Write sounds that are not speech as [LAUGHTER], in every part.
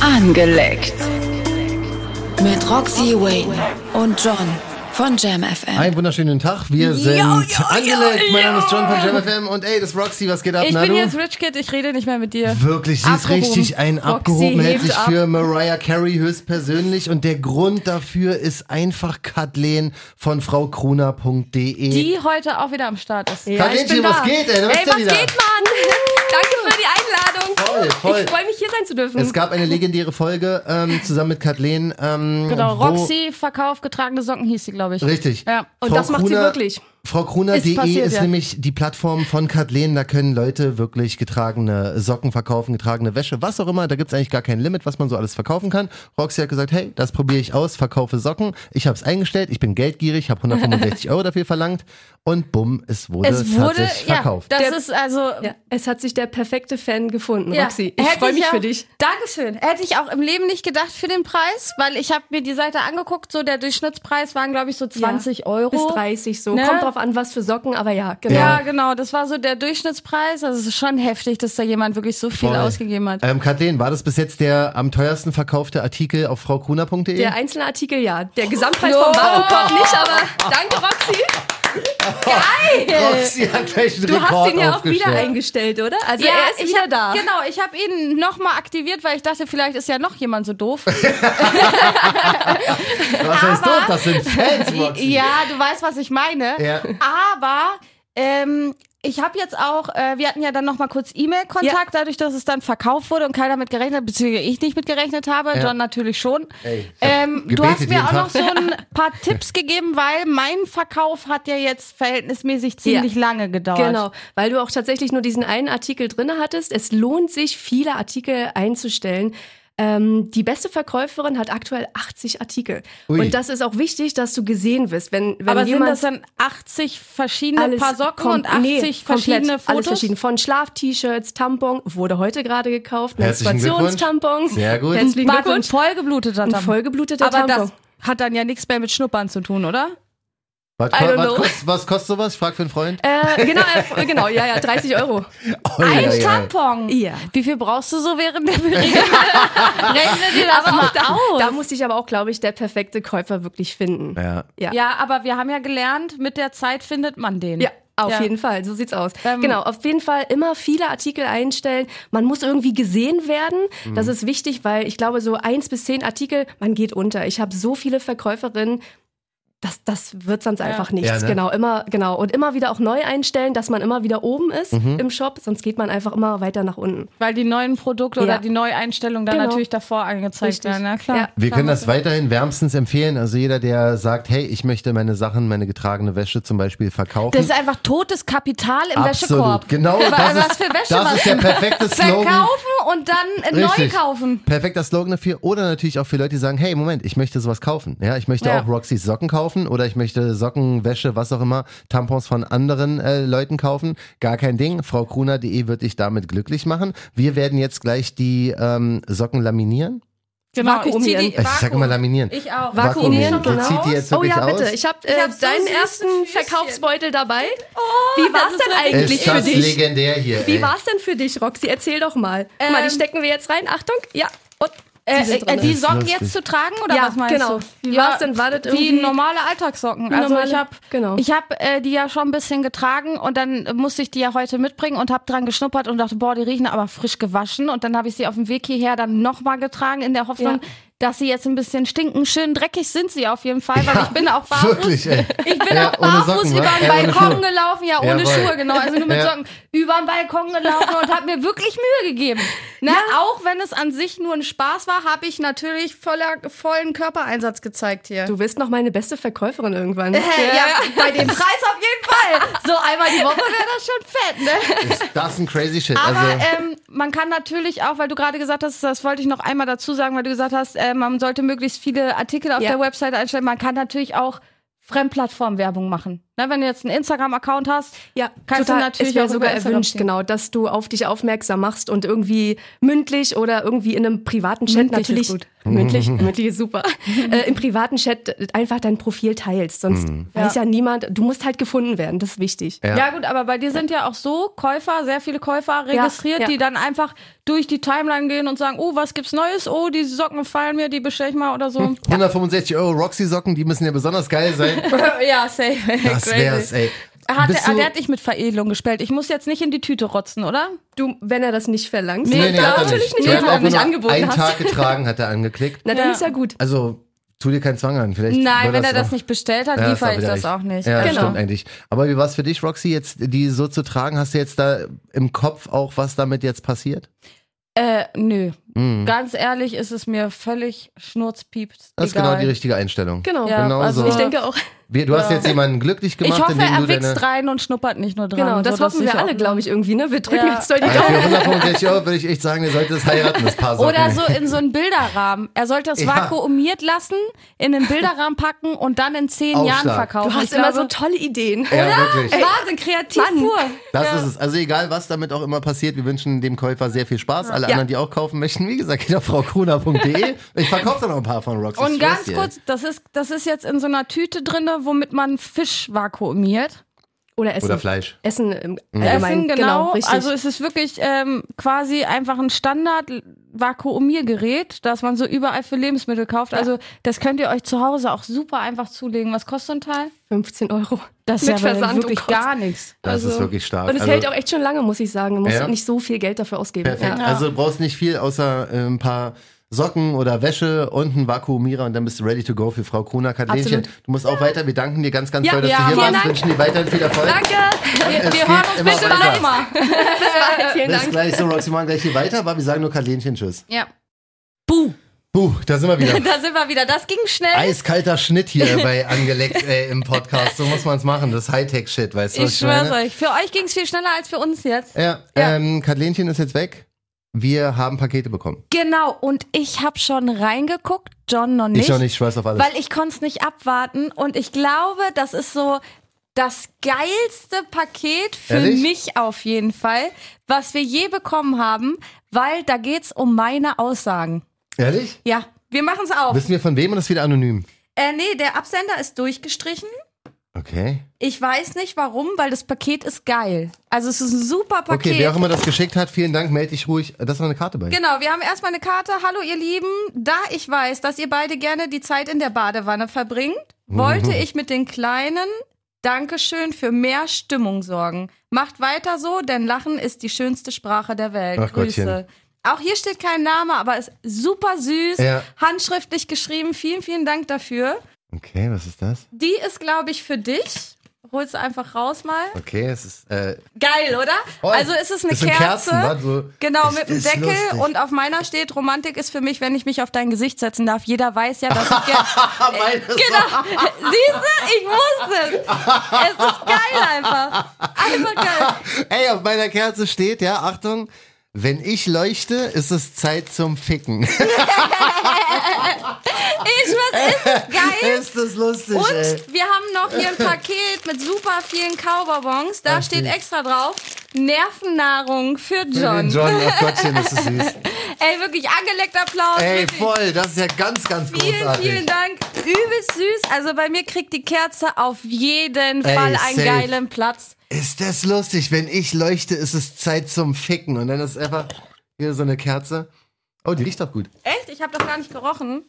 Angeleckt. Mit Roxy Wayne und John von Jam FM. Einen wunderschönen Tag. Wir sind angelegt. mein Name ist John von JamFM und ey, das ist Roxy. Was geht ab, Ich na bin du? jetzt Rich Kid, ich rede nicht mehr mit dir. Wirklich, sie ist Abgehoben. richtig ein Roxy abgehoben, hält hebt sich ab. für Mariah Carey höchstpersönlich und der Grund dafür ist einfach Kathleen von fraukruna.de. Die heute auch wieder am Start ist. Ja, ich Kathleen, bin was da. geht, ey? Du bist Ey, ja was wieder. geht, Mann? Danke für die Einladung. Voll, voll. Ich freue mich, hier sein zu dürfen. Es gab eine legendäre Folge ähm, zusammen mit Kathleen. Ähm, Genau, wo- Roxy, Verkauf getragene Socken hieß sie, glaube ich. Richtig. Ja. Und Frau das macht sie Gruner- wirklich. Frau Kruner.de Ist passiert, ist ja. nämlich die Plattform von Kathleen. Da können Leute wirklich getragene Socken verkaufen, getragene Wäsche, was auch immer. Da gibt's eigentlich gar kein Limit, was man so alles verkaufen kann. Roxy hat gesagt, hey, das probiere ich aus, verkaufe Socken. Ich habe es eingestellt, ich bin geldgierig, habe 165 Euro dafür verlangt. Und bumm, es wurde, Es wurde, tatsächlich ja, verkauft. das Der- ist also, Ja, es hat sich der perfekte Fan gefunden, Ja, Roxy. Ich hätte freue mich auch, für dich. Dankeschön. Hätte ich auch im Leben nicht gedacht für den Preis, weil ich habe mir die Seite angeguckt, so der Durchschnittspreis waren, glaube ich, so 20 Euro. Bis 30 so. Ne? Kommt drauf an, was für Socken, aber ja, genau. Ja, genau, das war so der Durchschnittspreis. Also es ist schon heftig, dass da jemand wirklich so viel Voll. ausgegeben hat. Ähm, Kathleen, war das bis jetzt der am teuersten verkaufte Artikel auf fraukruner.de? Der einzelne Artikel, ja. Der Gesamtpreis Jo. vom Warenkorb nicht, aber danke, Roxy. Roxy hat gleich einen Du Rekord hast ihn ja auch wieder aufgestellt. eingestellt, oder? Also Ja, er ist ich wieder hab, da. Genau, ich habe ihn nochmal aktiviert, weil ich dachte, vielleicht ist ja noch jemand so [LAUGHS] doof. Was heißt das? Das sind Fans, Roxy. [LAUGHS] ja, du weißt, was ich meine. Ja. Aber ähm, ich habe jetzt auch, äh, wir hatten ja dann nochmal kurz E-Mail-Kontakt, dadurch, dass es dann verkauft wurde und keiner mit gerechnet hat, beziehungsweise ich nicht mit gerechnet habe, John natürlich schon. Ey, ich hab Ähm, du gebetet hast mir jeden auch Tag. noch so ein [LAUGHS] paar Tipps gegeben, weil mein Verkauf hat ja jetzt verhältnismäßig ziemlich lange gedauert. Genau, weil du auch tatsächlich nur diesen einen Artikel drinne hattest. Es lohnt sich, viele Artikel einzustellen. Ähm, die beste Verkäuferin hat aktuell 80 Artikel. Ui. Und das ist auch wichtig, dass du gesehen wirst. Wenn, wenn Aber sind jemand das dann 80 verschiedene Paar Socken kom- und 80 nee, verschiedene komplett, Fotos? Alles verschieden. Von Schlaf-T-Shirts, Tampon, wurde heute gerade gekauft, Herzlichen Menstruationstampon. Glückwunsch. Sehr gut. Herzlichen Warte, ein Glückwunsch. vollgebluteter Ein Tampon. vollgebluteter Aber Tampon. das hat dann ja nichts mehr mit Schnuppern zu tun, oder? Was, I don't was, know. kostet, was kostet sowas? Ich frag für einen Freund. Oh, Äh, genau, äh, genau, ja, ja, 30 [LAUGHS] Euro. Ein Eieiei. Tampon. Ja. Wie viel brauchst du so während der [LAUGHS] Periode? Rechne dir das mal aus. Da musste ich aber auch, glaube ich, der perfekte Käufer wirklich finden. Ja. Ja. ja, aber wir haben ja gelernt, mit der Zeit findet man den. Ja, auf Ja. jeden Fall. So sieht's aus. Ähm, genau, auf jeden Fall immer viele Artikel einstellen. Man muss irgendwie gesehen werden. Mhm. Das ist wichtig, weil ich glaube, so eins bis zehn Artikel, man geht unter. Ich habe so viele Verkäuferinnen. Das, das wird sonst einfach nichts. Ja, ne? Genau, immer, genau. Und immer wieder auch neu einstellen, dass man immer wieder oben ist Mhm. im Shop, sonst geht man einfach immer weiter nach unten. Weil die neuen Produkte oder Ja. die Neueinstellungen dann Genau. natürlich davor angezeigt Richtig. werden. Na klar. Ja. Wir können das weiterhin wärmstens empfehlen. Also jeder, der sagt, hey, ich möchte meine Sachen, meine getragene Wäsche zum Beispiel verkaufen. Das ist einfach totes Kapital im Absolut. Wäschekorb. Genau, Weil das was ist, für Wäsche das was- ist der perfekte Slogan. Verkaufen und dann äh, neu Richtig. kaufen. Perfekter Slogan dafür. Oder natürlich auch für Leute, die sagen, hey, Moment, ich möchte sowas kaufen. Ja, ich möchte Ja. auch Roxys Socken kaufen oder ich möchte Socken, Wäsche, was auch immer, Tampons von anderen äh, Leuten kaufen. Gar kein Ding. FrauKruner.de wird dich damit glücklich machen. Wir werden jetzt gleich die ähm, Socken laminieren. Äh, Genau, ich zieh die Vakuumieren. Ich sag immer laminieren. Ich auch. Vakuumieren. Vakuumieren, Ihr zieht die jetzt Oh wirklich ja, bitte. aus? Ich habe äh, hab so deinen süße ersten Füßchen. Oh, Verkaufsbeutel dabei. Wie war's ist denn richtig eigentlich Ist für das dich? legendär hier. Wie ey. war's denn für dich, Roxy? Erzähl doch mal. Guck mal, Ähm, die stecken wir jetzt rein. Achtung. Ja. Und Äh, sind äh, drin. die Socken lustig. jetzt zu tragen oder Ja, was meinst genau. du? Wie war's denn? War das Wie irgendwie- normale Alltagssocken. Also normale- ich habe genau. ich hab, äh, die ja schon ein bisschen getragen und dann äh, musste ich die ja heute mitbringen und habe dran geschnuppert und dachte, boah, die riechen aber frisch gewaschen und dann habe ich sie auf dem Weg hierher dann nochmal getragen in der Hoffnung, Ja. dass sie jetzt ein bisschen stinken. Schön dreckig sind sie auf jeden Fall, weil ich bin auch barfuß. Wirklich, ey. Ich bin Ja, auch ohne barfuß Socken, über wa? den Ja, ohne Balkon Schuhe. gelaufen, ja, ohne Jawohl. Schuhe, genau, also nur mit Ja. Socken. Über den Balkon gelaufen und habe mir wirklich Mühe gegeben. Na, Auch wenn es an sich nur ein Spaß war, habe ich natürlich voller, vollen Körpereinsatz gezeigt hier. Du wirst noch meine beste Verkäuferin irgendwann. Äh, ja, bei dem Preis auf jeden Fall. So einmal die Woche wäre das schon fett, ne? Ist das ein crazy Shit. Aber also, ähm, man kann natürlich auch, weil du gerade gesagt hast, das wollte ich noch einmal dazu sagen, weil du gesagt hast, äh, man sollte möglichst viele Artikel auf Ja. der Website einstellen. Man kann natürlich auch Fremdplattformwerbung machen. Ne, wenn du jetzt einen Instagram-Account hast, Ja, Kannst du total, natürlich es wäre auch sogar über Instagram erwünscht, stehen. genau, dass du auf dich aufmerksam machst und irgendwie mündlich oder irgendwie in einem privaten Chat Mündlich ist natürlich gut. [LAUGHS] [LAUGHS] mündlich, mündlich ist [LAUGHS] super. äh, Im privaten Chat einfach dein Profil teilst, sonst weiß ja. niemand. Du musst halt gefunden werden, das ist wichtig. Mhm. Ja. Ja. gut, aber bei dir sind ja auch so Käufer, sehr viele Käufer registriert, ja. die dann einfach durch die Timeline gehen und sagen, oh, was gibt's Neues? Oh, diese Socken gefallen mir, die bestell ich mal oder [LAUGHS] so. 165 Euro Roxy-Socken, die müssen ja besonders geil [LAUGHS] sein. ja, safe. Das wär's, ey. Hat Bist der, ah, du- der hat dich mit Veredelung gespielt. Ich muss jetzt nicht in die Tüte rotzen, oder? Du, wenn er das nicht verlangt, Nee, nee, hat er natürlich nicht. nicht, Der wenn hat du auch auch nur nicht noch angeboten einen [LAUGHS] hast. Tag getragen, hat er angeklickt. Na, dann Ja. ist ja gut. Also, tu dir keinen Zwang an. Vielleicht Nein, soll wenn er das auch- nicht bestellt hat, Ja, liefere ist ich wieder das auch nicht. Ja, Genau. stimmt eigentlich. Aber wie war es für dich, Roxy, jetzt die so zu tragen? Hast du jetzt da im Kopf auch, was damit jetzt passiert? Äh, nö. Hm. Ganz ehrlich ist es mir völlig schnurzpiept. Das ist egal. genau die richtige Einstellung. Genau. Ja, Genau also so. Ich denke auch. Wir- Du hast jetzt jemanden glücklich gemacht, ich hoffe, indem du er deine... wächst rein und schnuppert nicht nur dran. Genau, das so, dass hoffen wir ich alle, auch- glaube ich, irgendwie, ne? Wir drücken Ja. jetzt doll die Also Daumen. für 165 Euro würde ich echt sagen, ihr solltet es heiraten, das Paar Socken. Oder so in so einen Bilderrahmen. Er sollte es Ja. vakuumiert lassen, in den Bilderrahmen packen und dann in zehn Aufschlag. Jahren verkaufen. Du hast Ich immer so glaube, tolle Ideen. Ja, wirklich. Wahnsinn, kreativ Mann. pur. Das ist es. Also egal, was damit auch immer passiert, wir wünschen dem Käufer sehr viel Spaß. Alle anderen, die auch kaufen möchten, wie gesagt, geht auf fraukruna.de. Ich verkaufe da noch ein paar von Roxy. Und ich schwör's ganz dir. kurz, das ist, das ist jetzt in so einer Tüte drin, womit man Fisch vakuumiert. Oder Essen. Oder Mhm. Fleisch. Essen im Essen, Allgemeinen. genau. richtig. also es ist wirklich ähm, quasi einfach ein Standard-Vakuumiergerät, das man so überall für Lebensmittel kauft. Also das könnt ihr euch zu Hause auch super einfach zulegen. Was kostet so ein Teil? oh 15 Euro. Das ist Mit ja aber dann Versand und wirklich Kosten. gar nichts. Das ist Also- wirklich stark. Und es also, hält auch echt schon lange, muss ich sagen. Man muss Ja. nicht so viel Geld dafür ausgeben. Perfekt. Ja. Also du brauchst nicht viel außer äh, ein paar Socken oder Wäsche und einen Vakuumierer und dann bist du ready to go für Frau Kruna. Kathleen, Absolut. du musst auch weiter. Wir danken dir ganz, ganz Ja, doll, dass ja, du hier vielen warst. Dank. wünschen dir weiterhin viel Erfolg. Wir, geht wir hören uns immer bestimmt weiter. nochmal. [LAUGHS] Vielen Bis Dank. gleich. So, Roxy, wir machen gleich hier weiter, aber wir sagen nur Kathleenchen Tschüss. Ja. Buh. Puh, da sind wir wieder. [LAUGHS] Da sind wir wieder. Das ging schnell. Eiskalter Schnitt hier [LAUGHS] bei Angeleckt äh, im Podcast. So muss man es machen. Das ist Hightech-Shit, weißt du? was ich schwör's meine? euch. Für euch ging's viel schneller als für uns jetzt. Ja, Ja. Ähm, Kathleenchen ist jetzt weg. Wir haben Pakete bekommen. Genau. Und ich habe schon reingeguckt, John noch nicht. Ich auch nicht, schwör's auf alles. Weil ich konnte es nicht abwarten. Und ich glaube, das ist so das geilste Paket für Ehrlich? mich auf jeden Fall, was wir je bekommen haben, weil da geht's um meine Aussagen. Ehrlich? Ja, wir machen's auf. Wissen wir von wem und das ist wieder anonym? Äh, nee, der Absender ist durchgestrichen. Okay. Ich weiß nicht warum, weil das Paket ist geil. Also es ist ein super Paket. Okay, wer auch immer das geschickt hat, vielen Dank, melde dich ruhig. Das war eine Karte bei. Genau, wir haben erstmal eine Karte. Hallo ihr Lieben, da ich weiß, dass ihr beide gerne die Zeit in der Badewanne verbringt, [LAUGHS] wollte ich mit den Kleinen Dankeschön für mehr Stimmung sorgen. Macht weiter so, denn Lachen ist die schönste Sprache der Welt. Ach Grüße. Gottchen. Auch hier steht kein Name, aber ist super süß, Ja. handschriftlich geschrieben. Vielen, vielen Dank dafür. Okay, was ist das? Die ist, glaube ich, für dich. Hol's einfach raus mal. Okay, es ist. Äh, Geil, oder? oh, also ist es eine das sind Kerze. Kerzen, wa? so, Genau, ist mit dem das Deckel lustig. und auf meiner steht, Romantik ist für mich, wenn ich mich auf dein Gesicht setzen darf. Jeder weiß ja, dass ich gerne... [LAUGHS] Ah, meine Genau, [LAUGHS] siehst du, ich wusste es. Es ist geil einfach. Einfach geil. Ey, auf meiner Kerze steht, ja, Achtung, wenn ich leuchte, ist es Zeit zum Ficken. Ich, was ist es geil? ist das lustig, ey. Und wir haben noch hier ein Paket mit super vielen Kaubonbons. Da steht extra drauf, Nervennahrung für John. John, ach Gottchen, ist das [LAUGHS] süß. Ey, wirklich angeleckt Applaus. Ey, wirklich. voll, das ist ja ganz, ganz Vielen, großartig. vielen Dank. Übelst süß. Also bei mir kriegt die Kerze auf jeden Ey, Fall einen safe. geilen Platz. Ist das lustig? Wenn ich leuchte, ist es Zeit zum Ficken. Und dann ist einfach hier so eine Kerze. Oh, die riecht doch gut. Echt? Ich habe doch gar nicht gerochen.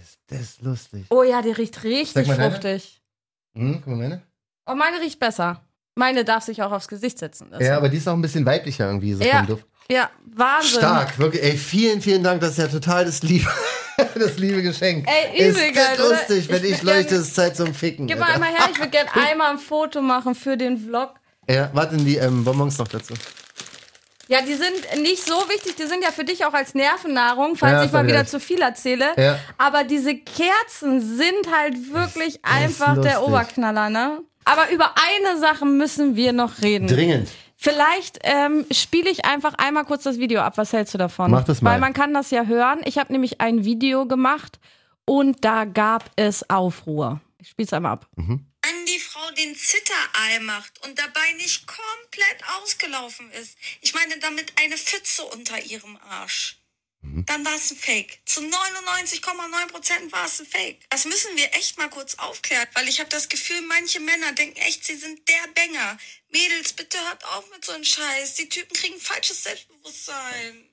Ist das lustig? Oh ja, die riecht richtig Sag mal deine. fruchtig. Hm, guck mal meine. Und meine riecht besser. Meine darf sich auch aufs Gesicht setzen. Das- Ja, aber die ist auch ein bisschen weiblicher irgendwie, so ja, vom Duft. ja, Wahnsinn. Stark, wirklich. Ey, vielen, vielen Dank. Das ist ja total das liebe, [LAUGHS] das liebe Geschenk. Ey, übel ist das geil, oder? lustig? Wenn Ich ich bin gern- leuchte, ist Zeit zum Ficken. Gib mal Alter. einmal her, ich [LAUGHS] würde gerne einmal ein Foto machen für den Vlog. Ja, warten die ähm, Bonbons noch dazu. Ja, die sind nicht so wichtig, die sind ja für dich auch als Nervennahrung, falls Ja, ich mal vielleicht. wieder zu viel erzähle. Ja. Aber diese Kerzen sind halt wirklich einfach der lustig. Oberknaller, ne? Aber über eine Sache müssen wir noch reden. Dringend. Vielleicht ähm, spiele ich einfach einmal kurz das Video ab. Was hältst du davon? Mach das mal. Weil man kann das ja hören. Ich habe nämlich ein Video gemacht und da gab es Aufruhr. Ich spiele es einmal ab. An die Frau den Zitterei macht und dabei nicht komplett ausgelaufen ist. Ich meine damit eine Pfütze unter ihrem Arsch. Dann war es ein Fake. Zu 99,9% war es ein Fake. Das müssen wir echt mal kurz aufklären, weil ich habe das Gefühl, manche Männer denken echt, sie sind der Bänger. Mädels, bitte hört auf mit so einem Scheiß. Die Typen kriegen falsches Selbstbewusstsein.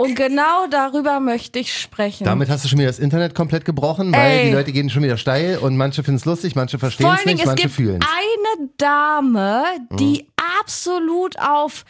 Und genau darüber möchte ich sprechen. Damit hast du schon wieder das Internet komplett gebrochen, weil Mhm. Ey. die Leute gehen schon wieder steil und manche finden es lustig, manche verstehen es nicht, es manche gibt fühlen Mhm. es. eine Dame, die absolut auf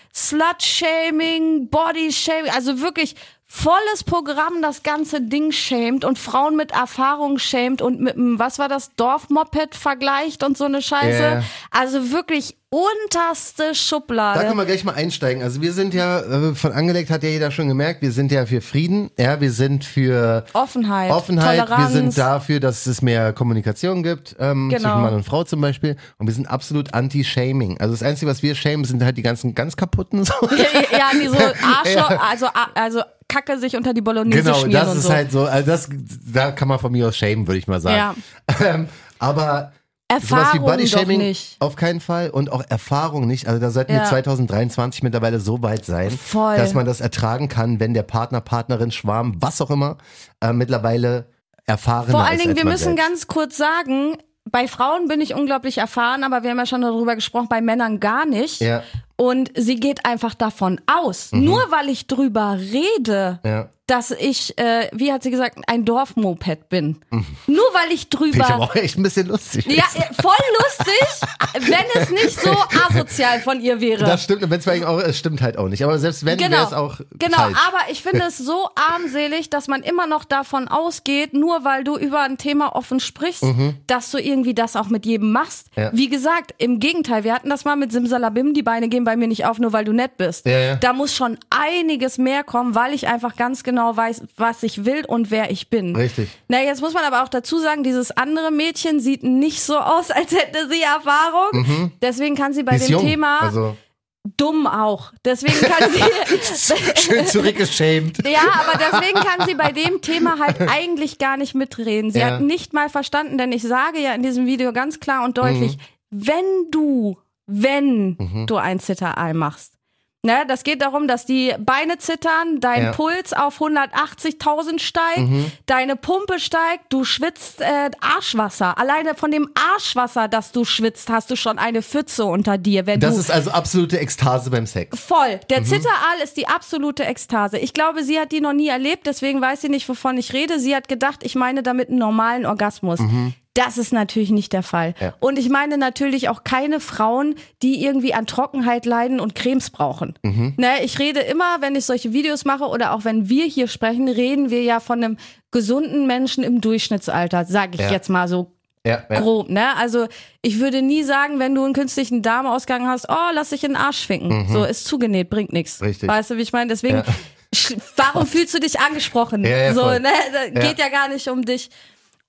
Slut-Shaming, Body-Shaming, also wirklich volles Programm das ganze Ding schämt und Frauen mit Erfahrung schämt und mit dem, was war das, Dorfmoped vergleicht und so eine Scheiße. Ja. Also wirklich unterste Da Schublade. können wir gleich mal einsteigen. Also wir sind ja, äh, von angelegt hat ja jeder schon gemerkt, wir sind ja für Frieden, ja, wir sind für Offenheit, Offenheit, Toleranz. wir sind dafür, dass es mehr Kommunikation gibt, ähm, Genau. zwischen Mann und Frau zum Beispiel. Und wir sind absolut anti-shaming. Also das Einzige, was wir shamen, sind halt die ganzen ganz kaputten so. [LAUGHS] ja, die so Arschloch, also, also Kacke sich unter die Bolognese Genau, schmieren das und ist so. halt so, also das, da kann man von mir aus shamen, würde ich mal sagen. [LAUGHS] Ähm, aber sowas wie Erfahrung doch Bodyshaming nicht. auf keinen Fall und auch Erfahrung nicht. Also da sollten wir Ja. 2023 mittlerweile so weit sein, Voll. dass man das ertragen kann, wenn der Partner, Partnerin, Schwarm, was auch immer, äh, mittlerweile erfahren Vor ist. allen Dingen, als wir man müssen selbst. ganz kurz sagen, bei Frauen bin ich unglaublich erfahren, aber wir haben ja schon darüber gesprochen, bei Männern gar nicht. Ja. Mhm. Und sie geht einfach davon aus, nur weil ich drüber rede, Ja. dass ich, äh, wie hat sie gesagt, ein Dorfmoped bin. Nur weil ich Finde Mhm. ich aber drüber. auch echt ein bisschen lustig. Ja, äh, voll lustig, wenn es nicht so asozial von ihr wäre. [LAUGHS] Das stimmt, und wenn es bei Ihnen auch, es stimmt halt auch nicht. Aber selbst wenn, wäre es auch Genau, falsch. aber [LAUGHS] ich finde es so armselig, dass man immer noch davon ausgeht, nur weil du über ein Thema offen sprichst, dass du irgendwie das auch mit jedem machst. Mhm. Ja. Wie gesagt, im Gegenteil, wir hatten das mal mit Simsalabim, die Beine gehen bei mir nicht auf, nur weil du nett bist. Ja, ja. Da muss schon einiges mehr kommen, weil ich einfach ganz genau weiß, was ich will und wer ich bin. Richtig. Na, jetzt muss man aber auch dazu sagen, dieses andere Mädchen sieht nicht so aus, [LAUGHS] als hätte sie Erfahrung. Deswegen kann sie Die bei Mhm. ist dem jung, Thema also dumm auch. Deswegen [LAUGHS] kann sie. [LAUGHS] schön zurückgeschämt. Ja, aber deswegen kann sie bei dem Thema halt eigentlich gar nicht mitreden. Sie Ja. hat nicht mal verstanden, denn ich sage ja in diesem Video ganz klar und deutlich, Mhm. wenn du, wenn du ein Zitterei machst, ne, das geht darum, dass die Beine zittern, dein Ja. Mhm. Puls auf 180.000 steigt, deine Pumpe steigt, du schwitzt äh, Arschwasser. Alleine von dem Arschwasser, das du schwitzt, hast du schon eine Pfütze unter dir, wenn Das du ist also absolute Ekstase beim Sex. Voll. Mhm. Der Zitteraal ist die absolute Ekstase. Ich glaube, sie hat die noch nie erlebt, deswegen weiß sie nicht, wovon ich rede. Sie hat gedacht, ich meine damit einen normalen Orgasmus. Das ist natürlich nicht der Fall. Mhm. Ja. Und ich meine natürlich auch keine Frauen, die irgendwie an Trockenheit leiden und Cremes brauchen. Mhm. Ne, ich rede immer, wenn ich solche Videos mache oder auch wenn wir hier sprechen, reden wir ja von einem gesunden Menschen im Durchschnittsalter, sage ich Ja. jetzt mal so Ja, ja. grob, ne? Also ich würde nie sagen, wenn du einen künstlichen Darmausgang hast, oh, lass dich in den Arsch schwingen. So, ist zugenäht, bringt nichts. Mhm. Richtig. Weißt du, wie ich meine? Deswegen, Ja. sch- [LAUGHS] warum fühlst du dich angesprochen? Ja, ja, so, voll. ne? Da Ja. Geht ja. gar nicht um dich.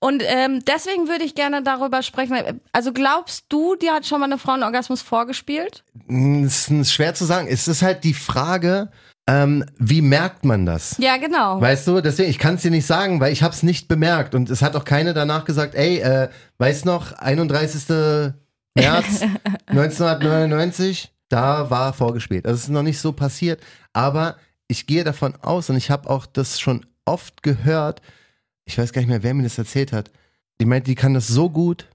Und ähm, deswegen würde ich gerne darüber sprechen. Also glaubst du, dir hat schon mal eine Frau einen Orgasmus vorgespielt? Es ist schwer zu sagen. Es ist halt die Frage, ähm, wie merkt man das? Ja, genau. Weißt du, deswegen, ich kann es dir nicht sagen, weil ich habe es nicht bemerkt. Und es hat auch keine danach gesagt, ey, äh, weißt noch, 31. [LAUGHS] März 1999, da war vorgespielt. Also es ist noch nicht so passiert. Aber ich gehe davon aus und ich habe auch das schon oft gehört. Ich weiß gar nicht mehr, wer mir das erzählt hat. Die meint, die kann das so gut.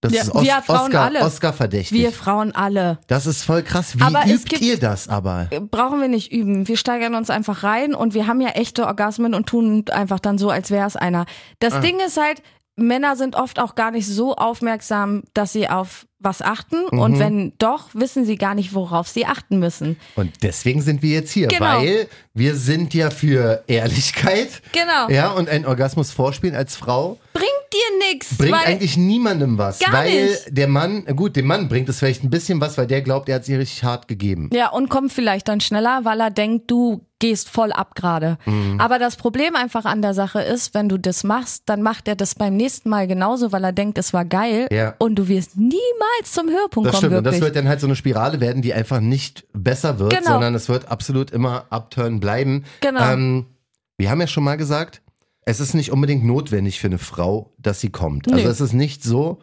Das Ja, ist Os wir Frauen Oscar, alle. Oscar verdächtig. wir Frauen alle. das ist voll krass. Wie Aber es übt gibt- ihr das aber? Brauchen wir nicht üben. Wir steigern uns einfach rein und wir haben ja echte Orgasmen und tun einfach dann so, als wäre es einer. Das Ah. Ding ist halt, Männer sind oft auch gar nicht so aufmerksam, dass sie auf was achten. Mhm. Und wenn doch, wissen sie gar nicht, worauf sie achten müssen. Und deswegen sind wir jetzt hier, Genau. weil wir sind ja für Ehrlichkeit. Genau. Ja, und einen Orgasmus vorspielen als Frau Bringt dir nichts. bringt weil eigentlich niemandem was. Gar weil nicht. der Mann, gut, dem Mann bringt es vielleicht ein bisschen was, weil der glaubt, er hat es ihr richtig hart gegeben. Ja, und kommt vielleicht dann schneller, weil er denkt, du gehst voll ab gerade. Mhm. Aber das Problem einfach an der Sache ist, wenn du das machst, dann macht er das beim nächsten Mal genauso, weil er denkt, es war geil. Ja. Und du wirst niemals zum Höhepunkt Das kommen, stimmt. Und das wirklich. wird dann halt so eine Spirale werden, die einfach nicht besser wird, Genau. sondern es wird absolut immer Upturn bleiben. Genau. Ähm, wir haben ja schon mal gesagt, es ist nicht unbedingt notwendig für eine Frau, dass sie kommt. Also Nee. es ist nicht so,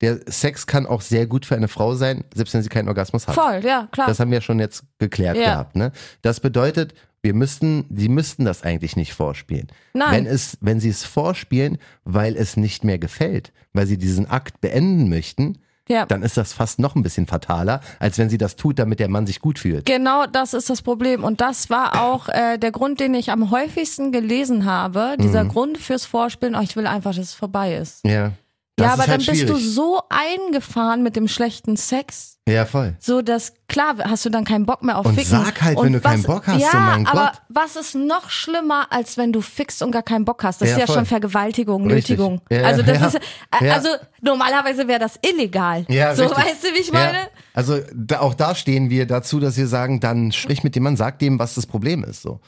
der Sex kann auch sehr gut für eine Frau sein, selbst wenn sie keinen Orgasmus hat. Voll, ja, klar. Das haben wir schon jetzt geklärt Ja. gehabt. Ne? Das bedeutet, wir müssten, sie müssten das eigentlich nicht vorspielen. Nein. Wenn, es, wenn sie es vorspielen, weil es nicht mehr gefällt, weil sie diesen Akt beenden möchten, Ja. dann ist das fast noch ein bisschen fataler, als wenn sie das tut, damit der Mann sich gut fühlt. Genau das ist das Problem. Und das war auch äh, der Grund, den ich am häufigsten gelesen habe. Dieser Mhm. Grund fürs Vorspielen, oh, ich will einfach, dass es vorbei ist. Ja. ja, Das aber ist halt dann bist du schwierig. so eingefahren mit dem schlechten Sex. Ja, voll. So, dass klar hast du dann keinen Bock mehr auf Und Ficken. sag halt, wenn du keinen Bock hast, ja, so mein aber Gott. was ist noch schlimmer, als wenn du fickst und gar keinen Bock hast? Das Ja, ist ja voll. schon Vergewaltigung, Richtig. Nötigung. Ja, also das ja. ist äh, Ja. also normalerweise wäre das illegal. Ja, so richtig. weißt du, wie ich meine? Ja. Also da, auch da stehen wir dazu, dass wir sagen, dann sprich mit dem Mann, sag dem, was das Problem ist. So.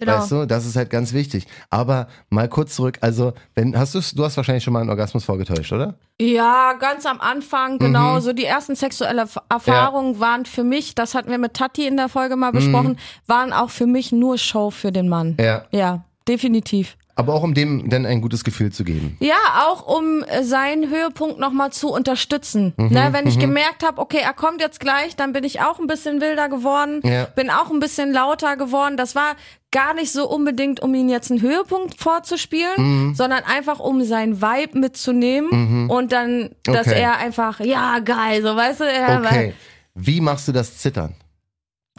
Genau. Weißt du, das ist halt ganz wichtig. Aber mal kurz zurück, also wenn hast du du hast wahrscheinlich schon mal einen Orgasmus vorgetäuscht, oder? Ja, ganz am Anfang, genau. So die ersten sexuellen Erf- Erfahrungen waren für mich, das hatten wir mit Tati in der Folge mal besprochen, waren auch für mich nur Show für den Mann. Ja. Ja, definitiv. Aber auch um dem dann ein gutes Gefühl zu geben. Ja, auch um äh, seinen Höhepunkt nochmal zu unterstützen. Mhm, ne, wenn ich gemerkt habe, okay, er kommt jetzt gleich, dann bin ich auch ein bisschen wilder geworden, Ja. bin auch ein bisschen lauter geworden. Das war gar nicht so unbedingt, um ihn jetzt einen Höhepunkt Mhm. vorzuspielen, sondern einfach, um seinen Vibe mitzunehmen und dann, dass Okay. er einfach, ja, geil, so weißt du, er Okay. Wie machst du das Zittern?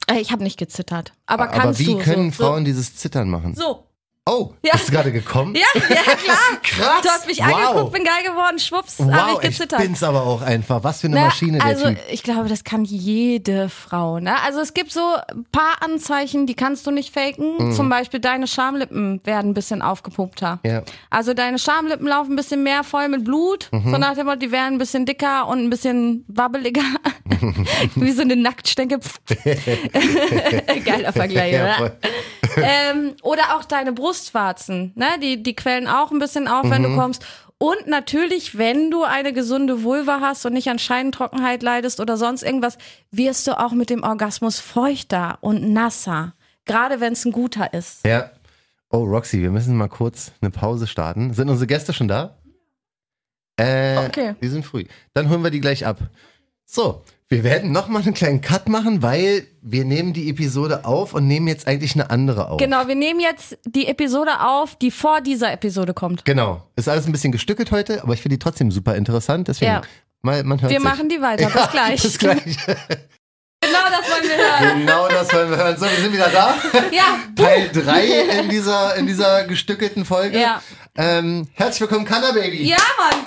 war, Äh, ich habe nicht gezittert. Aber, Aber kannst wie du können so, Frauen dieses Zittern machen? so, so. Oh, Ja. ist gerade gekommen? Ja, ja, [LAUGHS] klar. Krass. Du hast mich wow. angeguckt, bin geil geworden, schwupps, habe ich Wow, ich, gezittert. bin's aber auch einfach. Was für eine Na, Maschine also der Typ. ich glaube, das kann jede Frau. Ne? Also es gibt so ein paar Anzeichen, die kannst du nicht faken. Mhm. Zum Beispiel deine Schamlippen werden ein bisschen aufgepumpter. Ja. Also deine Schamlippen laufen ein bisschen mehr voll mit Blut. Mhm. So nach dem Motto, die werden ein bisschen dicker und ein bisschen [LAUGHS] wabbeliger. Wie so eine Nacktstänke. Geiler Vergleich, Ja, oder? voll. ähm, oder auch deine Brustwarzen, ne? Die, die quellen auch ein bisschen auf, wenn Mhm. du kommst. Und natürlich, wenn du eine gesunde Vulva hast und nicht an Scheidentrockenheit leidest oder sonst irgendwas, wirst du auch mit dem Orgasmus feuchter und nasser. Gerade wenn es ein guter ist. Ja. Oh, Roxy, wir müssen mal kurz eine Pause starten. Sind unsere Gäste schon da? Äh, Okay. Die sind früh. Dann holen wir die gleich ab. So, wir werden nochmal einen kleinen Cut machen, weil wir nehmen die Episode auf und nehmen jetzt eigentlich eine andere auf. Genau, wir nehmen jetzt die Episode auf, die vor dieser Episode kommt. Genau. Ist alles ein bisschen gestückelt heute, aber ich finde die trotzdem super interessant. Deswegen, Ja. mal, man hört Wir sich. machen die weiter. [LAUGHS] bis gleich. Bis gleich. Genau das wollen wir hören. genau das wollen wir hören. So, wir sind wieder da. [LAUGHS] Ja, Teil [LAUGHS] 3 in dieser, in dieser gestückelten Folge. Ja. Ähm, herzlich willkommen, Kanna Baby. ja, Mann.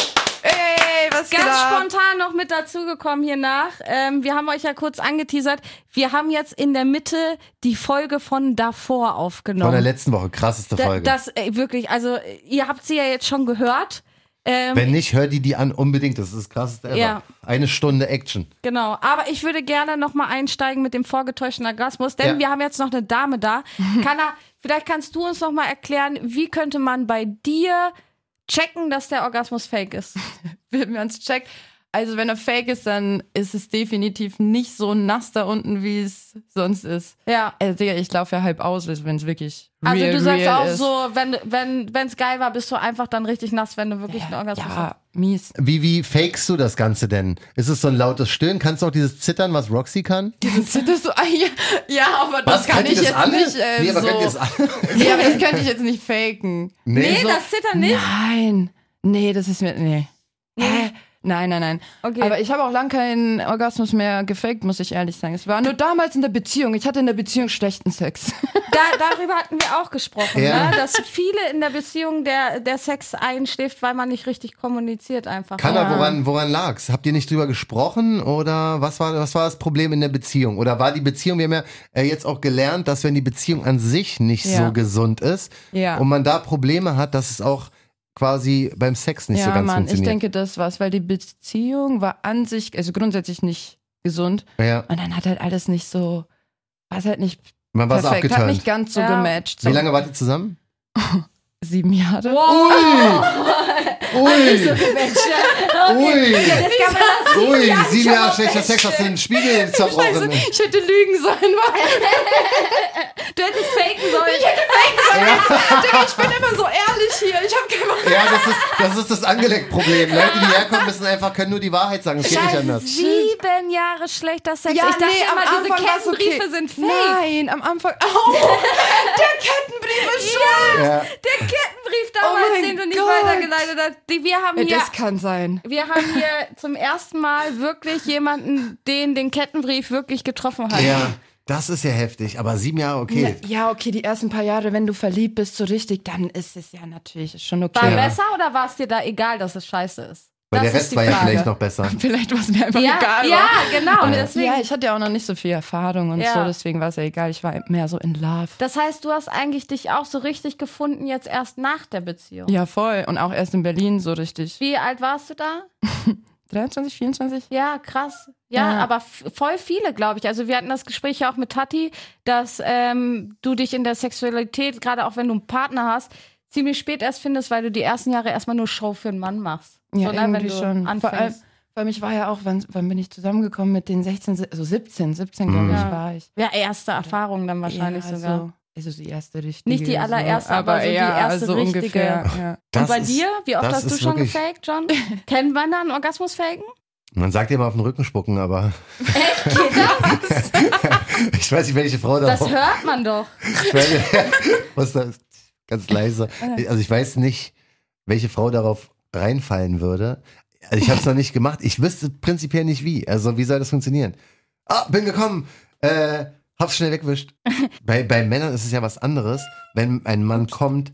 Ey, was geht Ganz ab? spontan noch mit dazugekommen hier nach. Ähm, wir haben euch ja kurz angeteasert. Wir haben jetzt in der Mitte die Folge von davor aufgenommen. Von der letzten Woche, krasseste Da- Folge. Das ey, wirklich, also ihr habt sie ja jetzt schon gehört. Ähm, Wenn nicht, hör die die an unbedingt. Das ist das krasseste ever. Ja. Eine Stunde Action. genau. Aber ich würde gerne nochmal einsteigen mit dem vorgetäuschten Orgasmus, denn Ja. wir haben jetzt noch eine Dame da. Kanna, vielleicht kannst du uns nochmal erklären, wie könnte man bei dir checken, dass der Orgasmus fake ist? Wenn wir uns checkt. Also wenn er fake ist, dann ist es definitiv nicht so nass da unten, wie es sonst ist. Ja. Also Digga, ich laufe ja halb aus, wenn es wirklich real, Also du sagst real auch ist. so, wenn wenn wenn's geil war, bist du einfach dann richtig nass, wenn du wirklich einen Orgasmus hast. Ja, [LAUGHS] mies. Wie, wie fakest du das Ganze denn? Ist es so ein lautes Stöhnen? Kannst du auch dieses Zittern, was Roxy kann? Das ist so, ah, ja, [LAUGHS] ja, aber das kann ich jetzt alle? nicht äh, nee, aber so. könnt ihr das alle? [LAUGHS] nee, aber das könnte ich jetzt nicht faken. Nee. Nee, das Zittern nicht. Nein. Nee, das ist mir. Nee. Hä? Nein, nein, nein. Okay. Aber ich habe auch lange keinen Orgasmus mehr gefaked, muss ich ehrlich sagen. Es war nur damals in der Beziehung. Ich hatte in der Beziehung schlechten Sex. Da, darüber hatten wir auch gesprochen, Ja. ne? dass viele in der Beziehung der, der Sex einschläft, weil man nicht richtig kommuniziert einfach. Kann ja. er, woran, woran lag's? Habt ihr nicht drüber gesprochen oder was war, was war das Problem in der Beziehung? Oder war die Beziehung, wir haben ja äh, jetzt auch gelernt, dass wenn die Beziehung an sich nicht Ja. so gesund ist Ja. und man da Probleme hat, dass es auch quasi beim Sex nicht ja, so ganz Mann, ich funktioniert. denke, das war's, weil die Beziehung war an sich, also grundsätzlich nicht gesund. ja, Und dann hat halt alles nicht so, war es halt nicht man war so perfekt, hat nicht abgeturnt. ganz so Ja. gematcht. So [LAUGHS] Oh! Wie lange wart ihr zusammen? Sieben Jahre. Wow. [LAUGHS] Ui, ui, Jetzt kann man das ui, sieben Jahre schlechter Sex hast du den Spiegel zerbrochen. [LAUGHS] Ich hätte lügen sollen, weil du hättest faken sollen. ich bin immer so ehrlich hier. Ich habe keine Ja, das ist das, ist das Angelegt-Problem. Leute, die herkommen, müssen einfach, können nur die Wahrheit sagen. Es geht nicht anders. Sieben Jahre schlechter Sex. Ja, ich dachte nee, am immer, diese Anfang war's okay. Kettenbriefe sind fake. Nein, am Anfang. [LAUGHS] Oh, der Kettenbrief ist schuld. Ja. Der Kettenbrief damals, Oh mein den du nicht Gott. weitergeleitet hast. Die, wir haben hier Das kann sein. Wir haben hier zum ersten Mal wirklich jemanden, den den Kettenbrief wirklich getroffen hat. ja, das ist ja heftig. Aber sieben Jahre, okay. Ja, okay, die ersten paar Jahre, wenn du verliebt bist, so richtig, dann ist es ja natürlich schon War okay. besser oder war es dir da egal, dass es scheiße ist? Weil der das ist Rest die war Frage. ja [LAUGHS] vielleicht noch besser. Vielleicht war es mir einfach ja, egal. ja, aber- genau. Und deswegen, ja, ich hatte ja auch noch nicht so viel Erfahrung und Ja. so, deswegen war es ja egal. Ich war mehr so in Love. Das heißt, du hast eigentlich dich auch so richtig gefunden jetzt erst nach der Beziehung. Ja, voll. Und auch erst in Berlin so richtig. Wie alt warst du da? 23, 24? Ja, krass. Ja, Ja. aber f- voll viele, glaube ich. Also wir hatten das Gespräch ja auch mit Tati, dass ähm, du dich in der Sexualität, gerade auch wenn du einen Partner hast, ziemlich spät erst findest, weil du die ersten Jahre erstmal nur Show für einen Mann machst. Ja, So, ne, irgendwie wenn du schon. Vor allem, Anfängst. bei mich war ja auch, wann, wann bin ich zusammengekommen mit den 16, si- also 17, 17 glaube ich, Mhm. Ja. war ich. Ja, erste Erfahrung dann wahrscheinlich Ja, sogar. So, also die erste richtige. Nicht die allererste, aber so die erste so richtige. ungefähr. Ja. Das Und bei ist- dir, wie oft das hast du ist schon wirklich- Oh. gefaked, John? [LAUGHS] Kennen wir da einen Orgasmus faken? Man sagt ja immer auf den Rücken spucken, aber. [LAUGHS] ich weiß nicht, welche Frau da Genau. Das hört man doch. Ich meine, [LAUGHS] was da ganz leise. Also ich weiß nicht, welche Frau darauf reinfallen würde. Also ich habe es noch nicht gemacht. Ich wüsste prinzipiell nicht wie. Also wie soll das funktionieren? Ah, bin gekommen. Äh, hab's schnell [LAUGHS] weggewischt. Bei, bei Männern ist es ja was anderes. Wenn ein Mann kommt,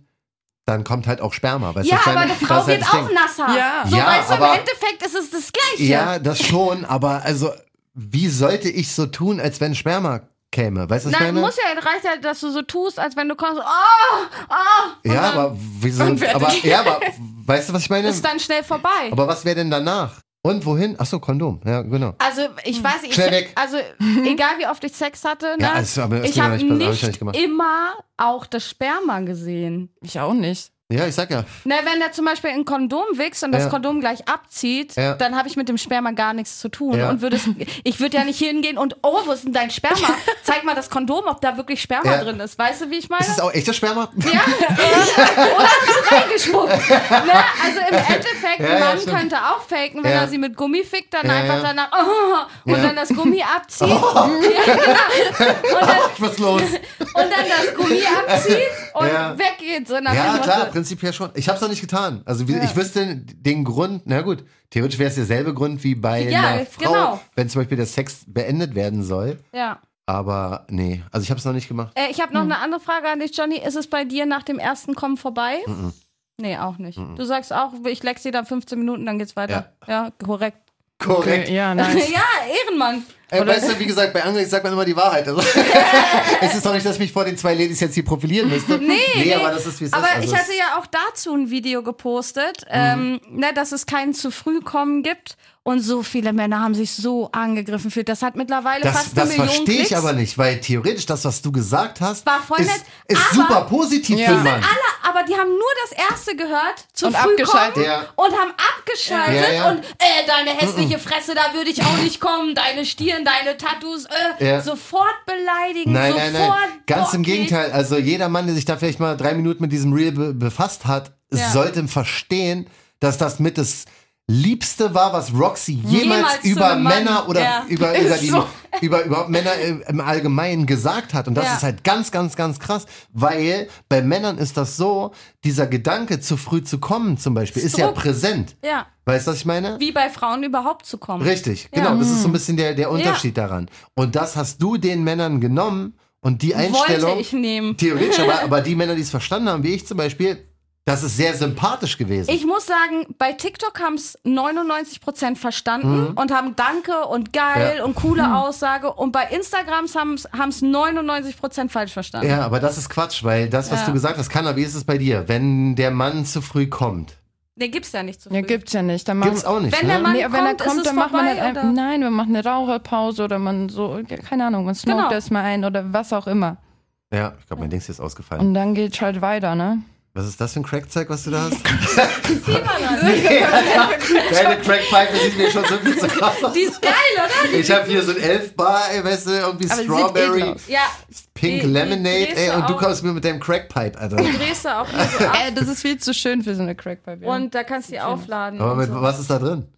dann kommt halt auch Sperma. Weißt du, Ja, ich meine, aber eine das ist Frau halt wird das auch Ding. nasser. Ja. So Ja, weißt du, im aber- Endeffekt ist es das Gleiche. Ja, das schon. Aber also, wie sollte ich so tun, als wenn Sperma käme? Weißt du, was ich Nein, meine? muss ja, reicht ja, dass du so tust, als wenn du kommst, oh, oh, Ja, aber wieso? und fertig. Aber, ja, aber weißt du, was ich meine? ist dann schnell vorbei. Aber was wäre denn danach? Und wohin? Achso, Kondom. Ja, genau. Also ich weiß, ich, Schnell weg. also egal wie oft ich Sex hatte, ne, Ja, also, aber das ich mir noch habe nicht- hab ich noch nicht, nicht gemacht. immer auch das Sperma gesehen. Ich auch nicht. Ja, ich sag ja. Ne, wenn der zum Beispiel ein Kondom wächst und Ja. das Kondom gleich abzieht, Ja. dann habe ich mit dem Sperma gar nichts zu tun Ja. und würde es- ich würde ja nicht hingehen und oh, wo ist denn [LAUGHS] dein Sperma? Zeig mal das Kondom, ob da wirklich Sperma Ja. drin ist. Weißt du, wie ich meine? Ist das auch echtes Sperma? Ja, oder hast du reingespuckt? Ne? Also im Endeffekt, Ja, ja, ein Mann stimmt. könnte auch faken, wenn Ja. er sie mit Gummi fickt, dann Ja, einfach ja. danach oh, und Ja. Oh. dann [LAUGHS] das Gummi abzieht. Ja, genau. und, dann, [LAUGHS] Was ist [LAUGHS] los? und dann das Gummi abzieht und Ja. weg geht. So nach dem Ja, Motto. klar, prinzipiell schon. Ich hab's noch nicht getan. Also wie- ich wüsste den Grund, na gut, theoretisch wäre es derselbe Grund wie bei Ja, einer Frau, genau. wenn zum Beispiel der Sex beendet werden soll. Ja. Aber nee, also ich hab's noch nicht gemacht. Äh, ich habe noch eine andere Frage an dich, Johnny. Ist es bei dir nach dem ersten Kommen vorbei? Nee, auch nicht. Du sagst auch, ich leck sie dann 15 Minuten, dann geht's weiter. Ja, korrekt. [LAUGHS] Korrekt. Okay, ja, nein. Ja, Ehrenmann. Ey, weißt du, wie gesagt, bei Angel sagt man immer die Wahrheit. [LAUGHS] Also, [LAUGHS] es ist doch nicht, dass ich mich vor den zwei Ladies jetzt hier profilieren müsste. Nee, nee. aber das ist wie es Aber ist. Mm. Also ich es- hatte ja auch dazu ein Video gepostet, ähm, ne, dass es keinen zu früh kommen gibt. Und so viele Männer haben sich so angegriffen fühlt. Das hat mittlerweile Das, fast eine das Million verstehe ich Klicks. aber nicht, weil theoretisch das, was du gesagt hast, War voll ist, nett, ist aber- super positiv für Ja. den Mann. Aber die haben nur das erste gehört, zu Und früh abgeschaltet. kommen Ja. und haben abgeschaltet Ja, ja. und äh, deine hässliche Fresse, da würde ich auch nicht kommen, deine Stirn, deine Tattoos, äh, Ja. sofort beleidigen, Nein, nein, sofort. nein. Ganz im bockig. Gegenteil. Also jeder Mann, der sich da vielleicht mal drei Minuten mit diesem Reel be befasst hat, Ja. sollte verstehen, dass das mit das Liebste war, was Roxy jemals, Jemals zu über einem Mann. Männer oder Ja. über, [LAUGHS] über, die, so. über überhaupt Männer im, im Allgemeinen gesagt hat. Und das Ja. ist halt ganz, ganz, ganz krass, weil bei Männern ist das so, dieser Gedanke, zu früh zu kommen zum Beispiel, ist ja Druck. präsent. Ja, Weißt du, was ich meine? wie bei Frauen überhaupt zu kommen. Richtig, genau. Das Hm. ist so ein bisschen der, der Unterschied daran. Und das hast du den Männern genommen und die Einstellung. Wollte ich nehmen. Theoretisch, [LAUGHS] aber, aber die Männer, die es verstanden haben, wie ich zum Beispiel, das ist sehr sympathisch gewesen. Ich muss sagen, bei TikTok haben es 99% verstanden und haben Danke und geil Mhm. Ja. und Mhm. coole Aussage. Und bei Instagrams haben es 99% falsch verstanden. ja, aber das ist Quatsch, weil das, was Ja. du gesagt hast, kann, wie ist es bei dir? Wenn der Mann zu früh kommt, Nee, gibt's ja nicht so Ja, viel. gibt's ja nicht. Dann machen, gibt's auch nicht. Wenn ne? der Mann nee, wenn er kommt, ist kommt, es dann macht man vorbei, halt oder? ein, Nein, man macht eine Raucherpause oder man so, keine Ahnung, man smoked Genau. erstmal ein oder was auch immer. ja, ich glaube, mein Ding ist jetzt ausgefallen. Und dann geht's halt weiter, ne? Was ist das für ein Crackzeug, was du da hast? Die Deine Crackpipe sieht mir schon so viel [LAUGHS] zu krass aus. ist geil, oder? Ich habe hier so ein Elfbar, ey, weißt du, irgendwie Aber sieht edel Strawberry, aus. Ja, Pink Die- die Lemonade, ey, und du Gräser kommst mir mit deinem Crackpipe, Alter. drehst du auch hier so [LAUGHS] ab Äh, das ist viel zu schön für so eine Crackpipe. ja. und da kannst du die aufladen. Aber Hm, und mit, so. was ist da drin?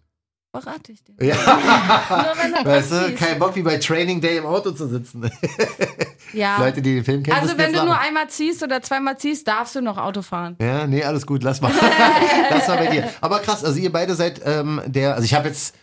verrate ich dir. Ja, Nur wenn [LAUGHS] du weißt du, anziehst. kein Bock wie bei Training Day im Auto zu sitzen. ja. [LAUGHS] Leute, die den Film kennen, also müssen wenn jetzt du nur lachen. einmal ziehst oder zweimal ziehst, darfst du noch Auto fahren. Ja, nee, alles gut, lass [LAUGHS] mal. lass mal bei dir. Aber krass, also ihr beide seid ähm, der, also ich habe jetzt,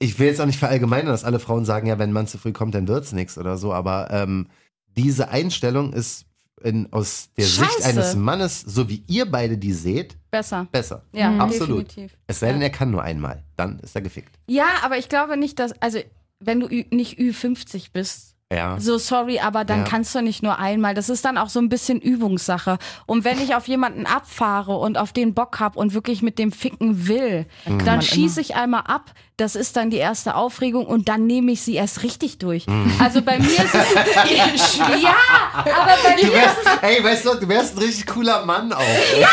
ich will jetzt auch nicht verallgemeinern, dass alle Frauen sagen, ja, wenn man zu früh kommt, dann wird's nix oder so, aber ähm, diese Einstellung ist in, aus der Sicht Scheiße. eines Mannes, so wie ihr beide die seht, Besser. besser. Ja, Absolut. definitiv. Es sei denn, er kann nur einmal, dann ist er gefickt. Ja, aber ich glaube nicht, dass, also wenn du Ü nicht Ü50 bist, Ja. so sorry, aber dann Ja. kannst du nicht nur einmal. Das ist dann auch so ein bisschen Übungssache. Und wenn ich auf jemanden abfahre und auf den Bock hab und wirklich mit dem ficken will, dann schieße ich einmal ab. Das ist dann die erste Aufregung und dann nehme ich sie erst richtig durch. Mhm. Also bei mir [LAUGHS] ist es [LAUGHS] ja, aber bei Du mir wärst, ey, weißt du, du wärst ein richtig cooler Mann auch. Ja,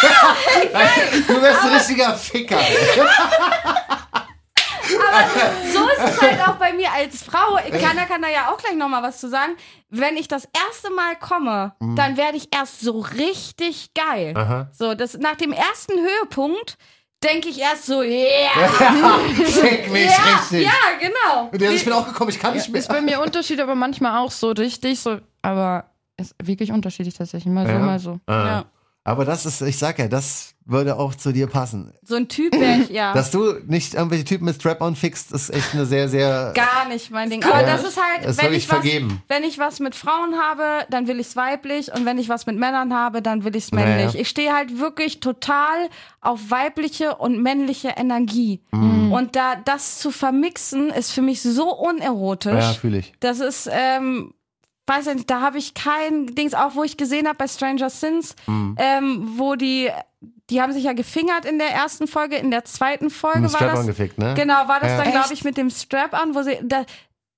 du wärst ein richtiger Ficker. so ist es halt auch bei mir als Frau. Keiner kann da ja auch gleich nochmal was zu sagen. Wenn ich das erste Mal komme, dann werde ich erst so richtig geil. So, das, nach dem ersten Höhepunkt denke ich erst so, yeah, Fick mich ja, richtig. ja, genau. Und der ist, ich bin auch gekommen, ich kann nicht mehr. Ist bei mir Unterschied, aber manchmal auch so richtig, so, aber ist wirklich unterschiedlich tatsächlich. Mal so, Ja. mal so. Ah. Ja. Aber das ist, ich sag ja, das würde auch zu dir passen. So ein Typ wäre ich, ja. Dass du nicht irgendwelche Typen mit Strap-on fixst, ist echt eine sehr, sehr. Gar nicht mein Ding. Aber Ja, das ist halt, das wenn, soll ich ich was, vergeben. wenn ich was mit Frauen habe, dann will ich es weiblich und wenn ich was mit Männern habe, dann will ich es männlich. Ja, ja. Ich stehe halt wirklich total auf weibliche und männliche Energie. Mhm. Und da das zu vermixen, ist für mich so unerotisch. ja, fühle ich. Das ist, ähm, weiß ich nicht, da habe ich kein Dings, auch wo ich gesehen habe bei Stranger Things, Mhm. ähm, wo die, die haben sich ja gefingert in der ersten Folge, in der zweiten Folge Mit war das. Strap-on gefickt, ne? Genau, war das Ja. dann, glaube ich, mit dem Strap an, wo sie. Da,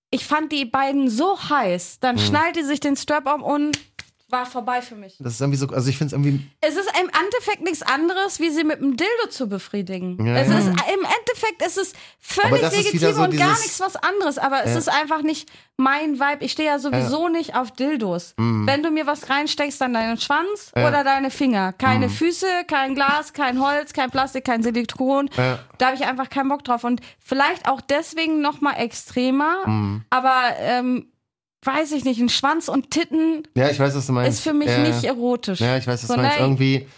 ich fand die beiden so heiß. Dann Hm. schnallte sie sich den Strap um und war vorbei für mich. Das ist irgendwie so, also ich finde es irgendwie. Es ist im Endeffekt nichts anderes, wie sie mit dem Dildo zu befriedigen. Ja, es ja. ist äh, im Endeffekt ist es Aber völlig das ist legitim wieder so und gar dieses- nichts was anderes. Aber es Ja. ist einfach nicht mein Vibe. Ich stehe ja sowieso nicht auf Dildos. Wenn du mir was reinsteckst, dann deinen Schwanz Hm. Ja. Hm. oder deine Finger. Keine Füße, kein Glas, kein Holz, kein Plastik, kein Silikon. Ja. Da habe ich einfach keinen Bock drauf. Und vielleicht auch deswegen noch mal extremer. Mhm. Aber ähm, weiß ich nicht, ein Schwanz und Titten Ja, ich weiß, was du meinst. ist für mich ja, nicht Ja, erotisch. ja ich weiß, was So, du meinst. nein. Irgendwie.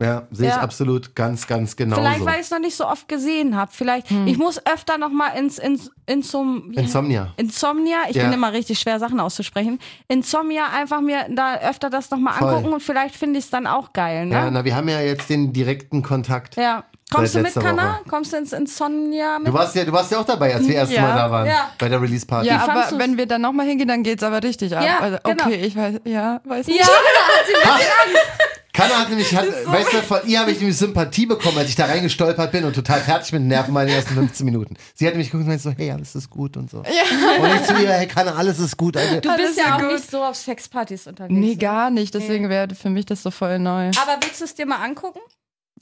Ja, sehe ich Ja. absolut ganz, ganz genau Vielleicht, so. weil ich es noch nicht so oft gesehen habe. Vielleicht, Hm. ich muss öfter noch mal ins, ins, ins, Insomnia. Insomnia. Ich Ja. bin immer richtig schwer, Sachen auszusprechen. Insomnia, einfach mir da öfter das noch mal Voll. angucken und vielleicht finde ich es dann auch geil, Ja, ne? na, wir haben ja jetzt den direkten Kontakt. Ja. Kommst Seit du mit, letzter Kana? Woche. Kommst du ins Insomnia mit? Du warst ja, du warst ja auch dabei, als wir erst Ja. mal da waren Ja. bei der Release Party. Ja, fandst aber du's? wenn wir dann nochmal hingehen, dann geht's aber richtig ab. Ja, also, okay, genau. ich weiß, ja, [LAUGHS] weiß nicht. ja, genau. Also, Kanne hat nämlich, hat, weißt du, von ihr habe ich nämlich Sympathie bekommen, als ich da reingestolpert bin und total fertig mit den Nerven war in den ersten 15 Minuten. Sie hat nämlich geguckt und meinte so, hey, alles ist gut und so. Und ich zu ihr, hey, Kanne, alles ist gut. also. Alter. du bist ja auch gut. nicht so auf Sexpartys unterwegs. Nee, gar nicht. Deswegen wäre für mich das so voll neu. Aber willst du es dir mal angucken?